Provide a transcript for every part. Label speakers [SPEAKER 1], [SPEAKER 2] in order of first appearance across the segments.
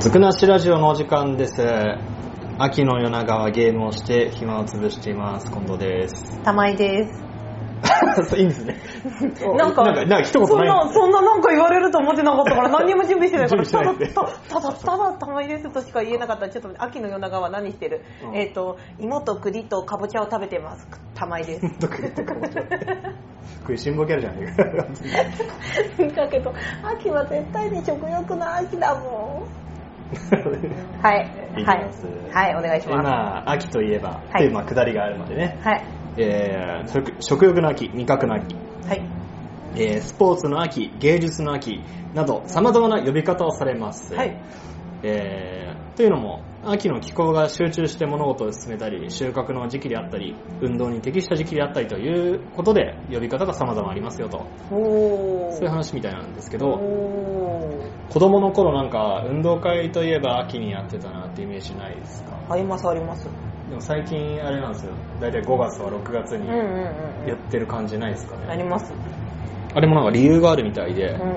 [SPEAKER 1] ずくなしラジオのお時間です。秋の夜長はゲームをして暇を潰しています。近藤です。
[SPEAKER 2] 玉井です。
[SPEAKER 1] そういいんですね。
[SPEAKER 2] なんか、
[SPEAKER 1] なんか、なんか一言
[SPEAKER 2] そん
[SPEAKER 1] ない
[SPEAKER 2] な、そんななんか言われると思ってなか ったから、何にも準備してないから、
[SPEAKER 1] 準
[SPEAKER 2] た
[SPEAKER 1] 備
[SPEAKER 2] だ、
[SPEAKER 1] してない
[SPEAKER 2] たただ、ただ、玉井ですとしか言えなかった。ちょっと待って、秋の夜長は何してる、
[SPEAKER 1] うん
[SPEAKER 2] えっ、と、芋と栗とかぼちゃを食べてます。玉井です。
[SPEAKER 1] とか言ってかもしれない。 食いしん坊キャラじゃないか。
[SPEAKER 2] だけど、秋は絶対に食欲の秋だも ん。はい。
[SPEAKER 1] いき
[SPEAKER 2] は
[SPEAKER 1] ます
[SPEAKER 2] い。はい、お願いします。
[SPEAKER 1] 今、秋といえば、
[SPEAKER 2] はい
[SPEAKER 1] というまあ下りがあるのでね、
[SPEAKER 2] はい。
[SPEAKER 1] えー食食欲の秋、味覚の秋、
[SPEAKER 2] はい。
[SPEAKER 1] えースポーツの秋、芸術の秋など、様々な呼び方をされます。
[SPEAKER 2] はい。
[SPEAKER 1] えーというのも秋の気候が集中して物事を進めたり収穫の時期であったり運動に適した時期であったりということで呼び方が様々ありますよと
[SPEAKER 2] お
[SPEAKER 1] そういう話みたいなんですけど
[SPEAKER 2] おー
[SPEAKER 1] 子供の頃なんか運動会といえば秋にやってたなってイメージないですか
[SPEAKER 2] あります、あります。
[SPEAKER 1] でも最近あれなんですよ大体5月は6月
[SPEAKER 2] うん
[SPEAKER 1] に
[SPEAKER 2] うん
[SPEAKER 1] や
[SPEAKER 2] うんう
[SPEAKER 1] ってる感じないですか
[SPEAKER 2] ん。あ
[SPEAKER 1] ね
[SPEAKER 2] ります。
[SPEAKER 1] あれもなんか理由があるみたいで
[SPEAKER 2] うん。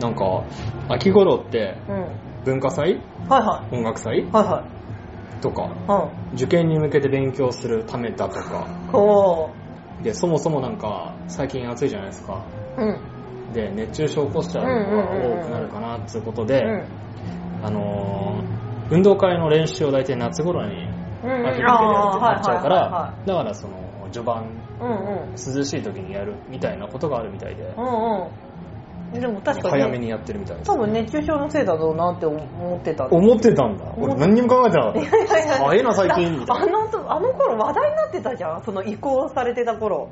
[SPEAKER 1] なんか秋頃って
[SPEAKER 2] うん。
[SPEAKER 1] 文化祭
[SPEAKER 2] はいは
[SPEAKER 1] 音楽祭
[SPEAKER 2] い。はいはい。
[SPEAKER 1] とか
[SPEAKER 2] う
[SPEAKER 1] 受験に向けて勉強するためだとか
[SPEAKER 2] ん。おー。
[SPEAKER 1] でそもそもなんか最近暑いじゃないですか
[SPEAKER 2] うん。
[SPEAKER 1] で熱中症を起こしちゃうのが多くなるかなっていうことで、
[SPEAKER 2] う
[SPEAKER 1] あのー運動会の練習を大体夏頃に
[SPEAKER 2] ん。うん。
[SPEAKER 1] 秋に向けてやるってなっちゃうからだからその序盤
[SPEAKER 2] うんうん。
[SPEAKER 1] 涼しい時にやるみたいなことがあるみたいで
[SPEAKER 2] うんうん。でも確かに、
[SPEAKER 1] 早めにやってるみたいです
[SPEAKER 2] 多分熱中症のせいだろうなって思ってた。
[SPEAKER 1] 思ってたんだ俺何にも考えてなかっ
[SPEAKER 2] 早
[SPEAKER 1] 早いな最近みたいな
[SPEAKER 2] あの、あの頃話題になってたじゃん。その移行されてた頃。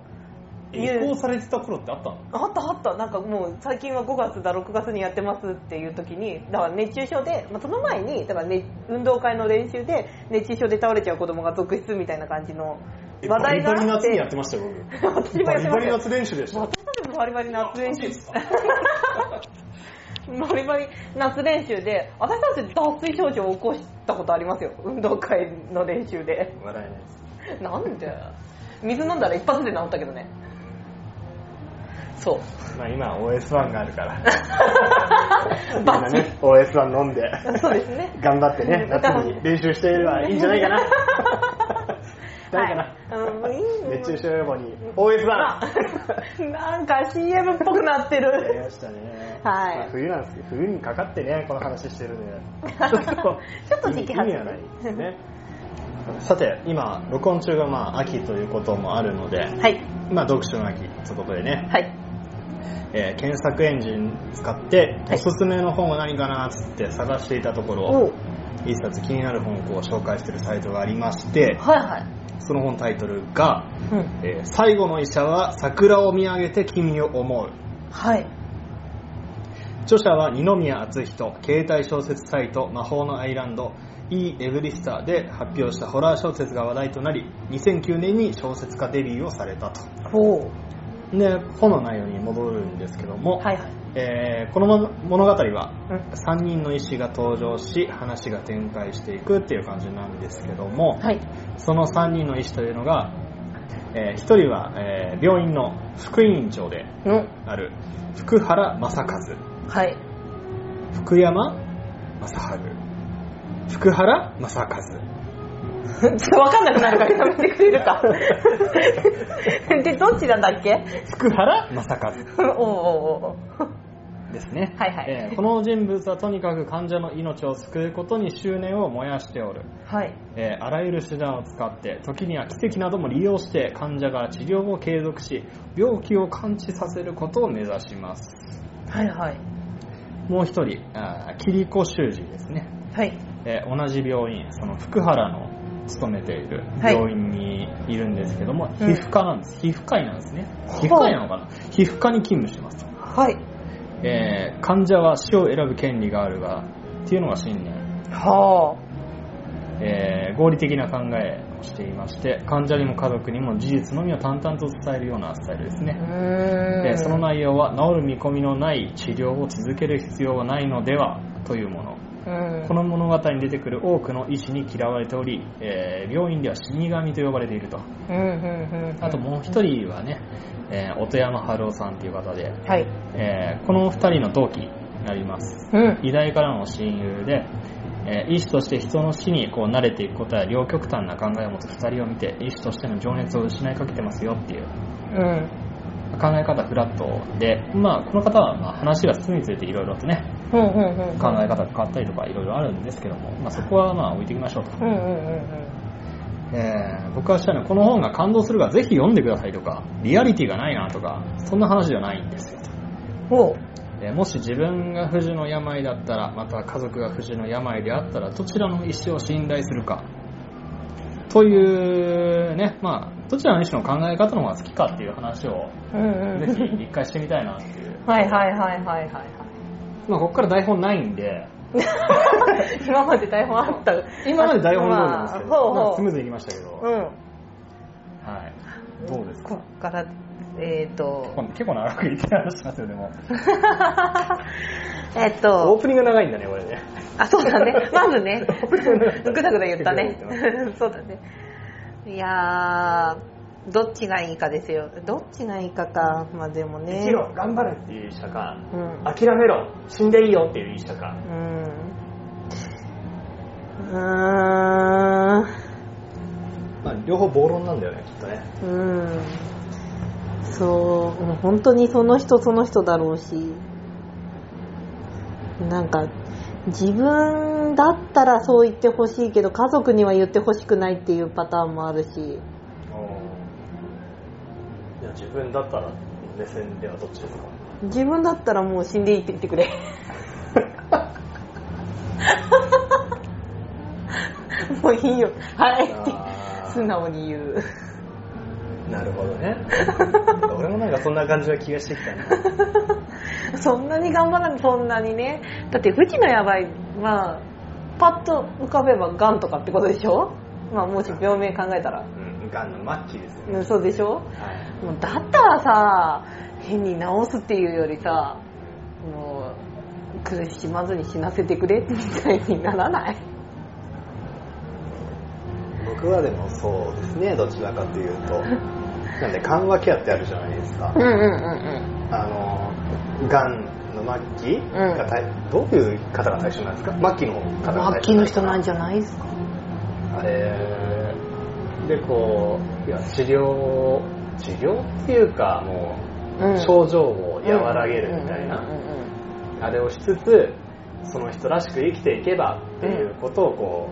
[SPEAKER 1] た移行されてた頃ってあったの
[SPEAKER 2] あったあった。なんかもう最近は5月だ、6月にやってますっていう時に、だから熱中症で、まあ、その前に、だから、ね、運動会の練習で熱中症で倒れちゃう子供が続出みたいな感じの
[SPEAKER 1] え
[SPEAKER 2] 話題があ
[SPEAKER 1] バリバリ
[SPEAKER 2] っ、
[SPEAKER 1] 夏にやっててましたよ僕
[SPEAKER 2] 私も
[SPEAKER 1] バ
[SPEAKER 2] やっ
[SPEAKER 1] リ
[SPEAKER 2] て
[SPEAKER 1] バ
[SPEAKER 2] ま
[SPEAKER 1] リ
[SPEAKER 2] したよ
[SPEAKER 1] 夏練習でしたよ
[SPEAKER 2] 私たちもバリバリ夏練習
[SPEAKER 1] マジですか
[SPEAKER 2] バリバリ夏練習で私たち脱水症状を起こしたことありますよ運動会の練習で
[SPEAKER 1] 笑えないです
[SPEAKER 2] なんで水飲んだら一発で治ったけどねそう
[SPEAKER 1] まあ今は OS1 があるから
[SPEAKER 2] バッチリ
[SPEAKER 1] OS1 飲んで
[SPEAKER 2] そうですね
[SPEAKER 1] 頑張ってね、夏に練習していればいいんじゃ ないかな。誰かな、
[SPEAKER 2] はいうん
[SPEAKER 1] 熱中症予防に OS だ
[SPEAKER 2] あ なんか CM っぽくなって
[SPEAKER 1] やり
[SPEAKER 2] る
[SPEAKER 1] ましたね。
[SPEAKER 2] はい
[SPEAKER 1] まあ冬なんですけど、冬にかかってね、この話してるんで。
[SPEAKER 2] ちょっと時期
[SPEAKER 1] 意味
[SPEAKER 2] 外
[SPEAKER 1] 意
[SPEAKER 2] れ
[SPEAKER 1] 味はないですね。さて、今、録音中がまあ秋ということもあるので、
[SPEAKER 2] はい
[SPEAKER 1] まあ読書の秋ということでね、
[SPEAKER 2] はい
[SPEAKER 1] えー検索エンジン使って、
[SPEAKER 2] はい
[SPEAKER 1] おすすめの本は何かなっつって探していたとこ
[SPEAKER 2] お
[SPEAKER 1] ろ
[SPEAKER 2] う、
[SPEAKER 1] 一冊気になる本をこう紹介してるサイトがありまして、
[SPEAKER 2] はいはい
[SPEAKER 1] その本タイトルが、
[SPEAKER 2] うん
[SPEAKER 1] えー最後の医者は桜を見上げて君を思う」
[SPEAKER 2] はい
[SPEAKER 1] 著者は二宮敦人携帯小説サイト「魔法のアイランド」E エブリスターで発表したホラー小説が話題となり2009年に小説家デビューをされたと
[SPEAKER 2] おう
[SPEAKER 1] で本の内容に戻るんですけども、
[SPEAKER 2] はいはい
[SPEAKER 1] えーこのま物語は
[SPEAKER 2] うん
[SPEAKER 1] 3人の医師が登場し話が展開していくっていう感じなんですけども、
[SPEAKER 2] はい
[SPEAKER 1] その3人の医師というのが、え1人は、えー病院の副委員長で
[SPEAKER 2] の
[SPEAKER 1] ある福原正和
[SPEAKER 2] はい
[SPEAKER 1] 福山正治福原正和
[SPEAKER 2] ちょっとわかんなくなるからやめてくれるか。 で、どっちなんだっけ
[SPEAKER 1] 福原正和
[SPEAKER 2] おうおうおう
[SPEAKER 1] ですね、
[SPEAKER 2] はいはい
[SPEAKER 1] えーこの人物はとにかく患者の命を救うことに執念を燃やしておる、
[SPEAKER 2] はい。
[SPEAKER 1] えーあらゆる手段を使って時には奇跡なども利用して患者が治療を継続し病気を完治させることを目指します
[SPEAKER 2] はいはい。
[SPEAKER 1] もう一人あー桐子修二ですね
[SPEAKER 2] はい。
[SPEAKER 1] えー同じ病院その福原の勤めている病院にいるんですけども、
[SPEAKER 2] うん
[SPEAKER 1] 皮膚科なんです皮膚科医なんですね
[SPEAKER 2] ほう
[SPEAKER 1] 皮膚科医なのかな皮膚科に勤務してますと、
[SPEAKER 2] はい。
[SPEAKER 1] えー患者は死を選ぶ権利があるがっていうのが信念、
[SPEAKER 2] は
[SPEAKER 1] えー合理的な考えをしていまして患者にも家族にも事実のみを淡々と伝えるようなスタイルです
[SPEAKER 2] あ。う
[SPEAKER 1] ね、
[SPEAKER 2] ー
[SPEAKER 1] え
[SPEAKER 2] ん。
[SPEAKER 1] ーその内容は治る見込みのない治療を続ける必要はないのではというもの
[SPEAKER 2] うん
[SPEAKER 1] この物語に出てくる多くの医師に嫌われており、えー病院では死神と呼ばれていると
[SPEAKER 2] うんうんうん。
[SPEAKER 1] あともう一人はね、えー音山春夫さんという方で、
[SPEAKER 2] はい。
[SPEAKER 1] えーこの二人の同期なります
[SPEAKER 2] うん
[SPEAKER 1] 偉大からの親友で、えー医師として人の死にこう慣れていくことや両極端な考えを持つ2人を見て医師としての情熱を失いかけてますよっていう
[SPEAKER 2] うん
[SPEAKER 1] 考え方フラットで、まあ、この方はまあ話が進むについていろいろとね
[SPEAKER 2] うんうんうん
[SPEAKER 1] 考え方が変わったりとかいろいろあるんですけども、まあ、そこはまあ置いていきましょうと、
[SPEAKER 2] うんうんうん
[SPEAKER 1] えー僕はしたいのはこの本が感動するからぜひ読んでくださいとかリアリティがないなとかそんな話じゃないんですよと
[SPEAKER 2] うんおう
[SPEAKER 1] えーもし自分が不治の病だったらまた家族が不治の病であったらどちらの意思を信頼するかというねまあどちらの意思の考え方の方が好きかっていう話を
[SPEAKER 2] うんうん
[SPEAKER 1] ぜひ一回してみたいなっていう
[SPEAKER 2] はいはいはいはい はい
[SPEAKER 1] まあここから台本ないんで
[SPEAKER 2] 今まで台本あった
[SPEAKER 1] 今まで台本通りなんですけど、
[SPEAKER 2] まあほう
[SPEAKER 1] ま
[SPEAKER 2] ほ
[SPEAKER 1] あ
[SPEAKER 2] う
[SPEAKER 1] スムーズにいきましたけど、は
[SPEAKER 2] うん
[SPEAKER 1] いどうですか
[SPEAKER 2] こっからえっ、と
[SPEAKER 1] 結構結構長く言ってらっしゃいますよでも
[SPEAKER 2] えっ、
[SPEAKER 1] オー
[SPEAKER 2] と
[SPEAKER 1] プニング長いんだねこれね
[SPEAKER 2] あそうだねまずねぐだぐだ言ったね
[SPEAKER 1] ぐだぐだ言
[SPEAKER 2] そうだねいやーどっちがいいかですよどっちがいいかかまあでもね
[SPEAKER 1] 頑張るっていう医者か
[SPEAKER 2] うん
[SPEAKER 1] 諦めろ死んでいいよっていう医者か
[SPEAKER 2] うんうーん
[SPEAKER 1] まあ両方暴論なんだよねきっとね
[SPEAKER 2] うんそうもう本当にその人その人だろうしなんか自分だったらそう言ってほしいけど家族には言ってほしくないっていうパターンもあるし
[SPEAKER 1] いや自分だったら目線ではどっちですか
[SPEAKER 2] 自分だったらもう死んでいいって言ってくれもういいよはいって素直に言う
[SPEAKER 1] なるほどね俺もなんかそんな感じな気がしてきたな
[SPEAKER 2] そんなに頑張らないそんなにねだって富士のやばいまあパッと浮かべばがんとかってことでしょまあもし病名考えたら
[SPEAKER 1] うんがんの末期ですよ
[SPEAKER 2] うんそうでしょ
[SPEAKER 1] はい
[SPEAKER 2] もうだったらさ変に治すっていうよりさもう苦しまずに死なせてくれみたいにならない
[SPEAKER 1] 僕はでもそうですねどちらかというとなんで緩和ケアってあるじゃないですか
[SPEAKER 2] うんうんうん
[SPEAKER 1] あのがんの末期
[SPEAKER 2] うん
[SPEAKER 1] が大、どういう方が対象なんですか末期の方が
[SPEAKER 2] 末期の人なんんじゃないですか
[SPEAKER 1] えーでこういや治療治療っていうかもう、症状を和らげるみたいな、
[SPEAKER 2] うんうんうん
[SPEAKER 1] あれをしつつその人らしく生きていけばっていうことをこ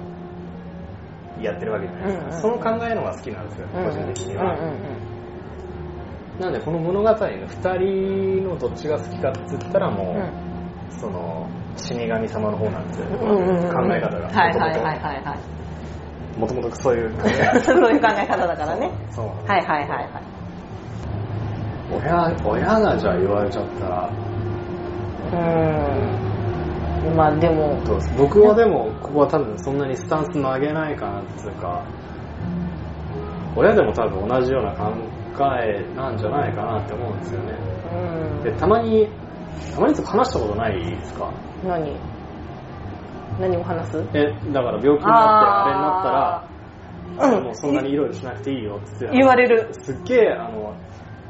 [SPEAKER 1] う、やってるわけじゃないですか、
[SPEAKER 2] うんうん
[SPEAKER 1] その考えのが好きなんですよ、
[SPEAKER 2] うんうん
[SPEAKER 1] 個人的には、
[SPEAKER 2] うんうんうん
[SPEAKER 1] なんでこの物語の2人のどっちが好きかっつったらも
[SPEAKER 2] う
[SPEAKER 1] う、その死神様の方なんですよ、
[SPEAKER 2] んうんうん
[SPEAKER 1] 考え方が
[SPEAKER 2] はいはいはいはいはい
[SPEAKER 1] もともとそういう考え
[SPEAKER 2] そういう考え方だからね
[SPEAKER 1] そうなんです
[SPEAKER 2] はいはいはいはい
[SPEAKER 1] 親親がじゃあ言われちゃったら
[SPEAKER 2] うーんまあでも
[SPEAKER 1] どうです僕はでもここは多分そんなにスタンス曲げないかなっていうか親でも多分同じような考えなんじゃないかなって思うんですよね
[SPEAKER 2] うん
[SPEAKER 1] でたまにたまにとか話したことないですか
[SPEAKER 2] 何何を話す
[SPEAKER 1] えだから病気になってあれになったら
[SPEAKER 2] あーうん
[SPEAKER 1] もうそんなにいろいろしなくていいよっつって
[SPEAKER 2] 言われる
[SPEAKER 1] すっげえあの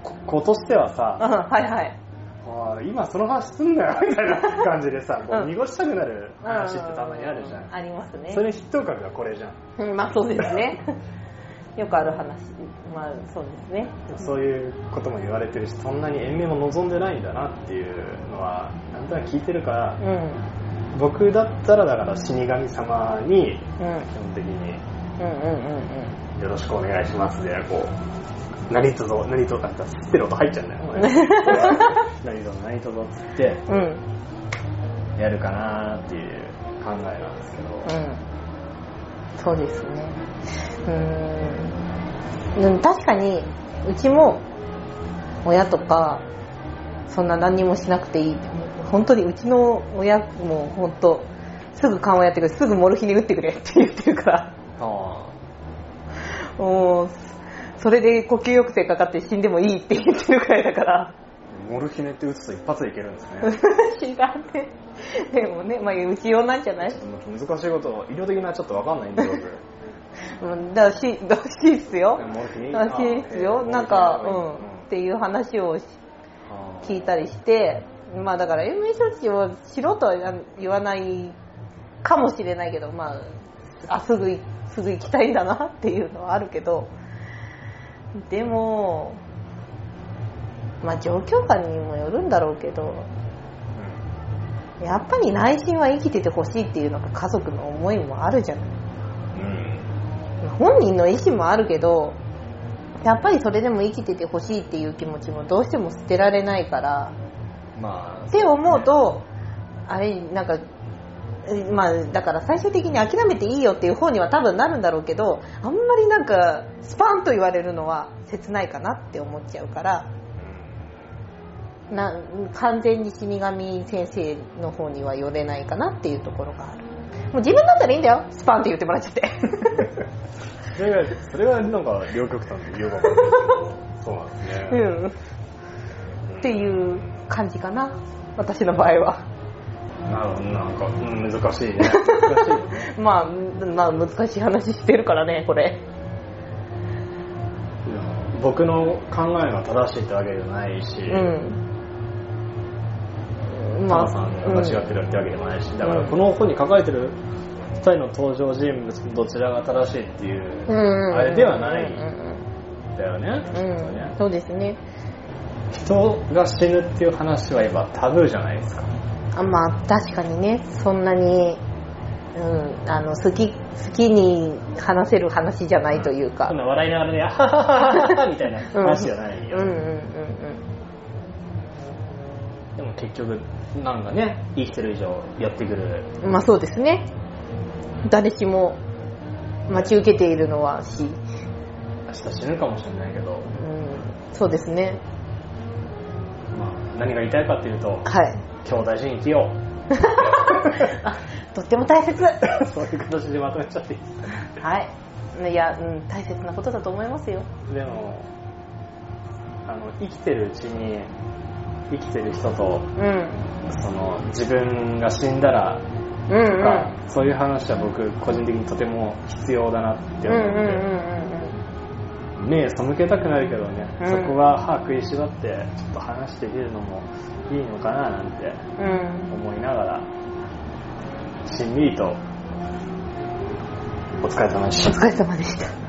[SPEAKER 1] こ子としては
[SPEAKER 2] うん
[SPEAKER 1] さ
[SPEAKER 2] はいはい
[SPEAKER 1] おい今その話すんなよみたいな感じでさこ
[SPEAKER 2] う
[SPEAKER 1] うん濁したくなる話ってたまにあるじゃ
[SPEAKER 2] うんありますね
[SPEAKER 1] それ筆頭格がこれじゃん
[SPEAKER 2] うんまあそうですねよくある話まあそうですね
[SPEAKER 1] そういうことも言われてるしそんなに延命も望んでないんだなっていうのはなんとなく聞いてるから
[SPEAKER 2] うんうん
[SPEAKER 1] 僕だったらだから死神様に
[SPEAKER 2] う
[SPEAKER 1] 基
[SPEAKER 2] ん
[SPEAKER 1] 本的に
[SPEAKER 2] うんうんうんう
[SPEAKER 1] 「
[SPEAKER 2] ん
[SPEAKER 1] よろしくお願いします」でこう「何とぞ何とぞ」ってステロと入っちゃうんだよ何とぞ何とぞっつって
[SPEAKER 2] うんうん
[SPEAKER 1] やるかなっていう考えなんですけど、
[SPEAKER 2] そうですねうーんでも確かにうちも親とかそんな何にもしなくていい本当にうちの親も本当すぐ緩和やってくれすぐモルヒネ打ってくれ って言ってるから
[SPEAKER 1] あ
[SPEAKER 2] もうそれで呼吸抑制かかって死んでもいいって言ってるくらいだから
[SPEAKER 1] ーモルヒネって打つと一発でいけるんですね
[SPEAKER 2] 知らんねでもねまあうち用なんじゃない
[SPEAKER 1] 難しいこと医療的なちょっと分かんないんで 僕
[SPEAKER 2] うんだからしらしいっすよ
[SPEAKER 1] モルヒネいいな
[SPEAKER 2] らしいですよ
[SPEAKER 1] えー
[SPEAKER 2] なんか
[SPEAKER 1] モルヒネ
[SPEAKER 2] うんっ
[SPEAKER 1] いい
[SPEAKER 2] ていう話をし
[SPEAKER 1] なうん
[SPEAKER 2] 聞いたりしてまあだから延命処置をしろとは言わないかもしれないけど、まあ、あすぐいすぐ行きたいんだなっていうのはあるけど、でも、まあ状況下にもよるんだろうけど、やっぱり内心は生きててほしいっていうのが家族の思いもあるじゃない。
[SPEAKER 1] うん
[SPEAKER 2] 本人の意思もあるけどやっぱりそれでも生きててほしいっていう気持ちもどうしても捨てられないから
[SPEAKER 1] まあ
[SPEAKER 2] って思うとあれなんかえまあだから最終的に諦めていいよっていう方には多分なるんだろうけどあんまりなんかスパンと言われるのは切ないかなって思っちゃうからな完全に死神先生の方には寄れないかなっていうところがあるもう自分だったらいいんだよスパンって言ってもらっちゃって
[SPEAKER 1] それがそれはなんか両極端で言うかもしれないけどそうなんですね、
[SPEAKER 2] うんっていう感じかな私の場合は
[SPEAKER 1] なるほどなんか、うん、難しいね難しいよね
[SPEAKER 2] まあ、まあ難しい話してるからねこれ
[SPEAKER 1] いや僕の考えが正しいってわけじゃないし、
[SPEAKER 2] うん
[SPEAKER 1] タナさんが間違ってるってわけでもないし、だからこの本に書かれてる2人の登場人物どちらが正しいっていう、
[SPEAKER 2] うんうん
[SPEAKER 1] あれではな
[SPEAKER 2] うん
[SPEAKER 1] いんだよね,、きっと
[SPEAKER 2] うんうん
[SPEAKER 1] ね
[SPEAKER 2] そうですね
[SPEAKER 1] 人が死ぬっていう話は今タブーじゃないですか
[SPEAKER 2] あまあ確かにねそんなに、うん、あの好き好きに話せる話じゃないというか、
[SPEAKER 1] そんな笑いながらね「あははははは」みたい な話じゃないよ、
[SPEAKER 2] うんうんうん
[SPEAKER 1] でも結局なんかね生きてる以上やってくる
[SPEAKER 2] うんまあそうですね誰しも待ち受けているのはし、
[SPEAKER 1] 明日死ぬかもしれないけど、
[SPEAKER 2] うん、そうですね
[SPEAKER 1] まあ、何が言いたいかっていうと
[SPEAKER 2] はい
[SPEAKER 1] 今日大事に生きよ
[SPEAKER 2] とっても大切
[SPEAKER 1] うそういう形でまとめちゃっていいですか
[SPEAKER 2] はいいや、うん、大切なことだと思いますよ
[SPEAKER 1] でもあの生きてるうちに生きてる人と
[SPEAKER 2] うんうん
[SPEAKER 1] その自分が死んだら
[SPEAKER 2] うんう
[SPEAKER 1] と
[SPEAKER 2] ん
[SPEAKER 1] か、そういう話は僕個人的にとても必要だなって
[SPEAKER 2] うんうん
[SPEAKER 1] 思
[SPEAKER 2] う
[SPEAKER 1] って、目背けたくなるけどね、
[SPEAKER 2] うん
[SPEAKER 1] そこは歯食いしばってちょっと話してみるのもいいのかななんて
[SPEAKER 2] んうんうん
[SPEAKER 1] 思いながらしんみりとお疲れ様でし
[SPEAKER 2] お
[SPEAKER 1] た
[SPEAKER 2] 疲れ様でした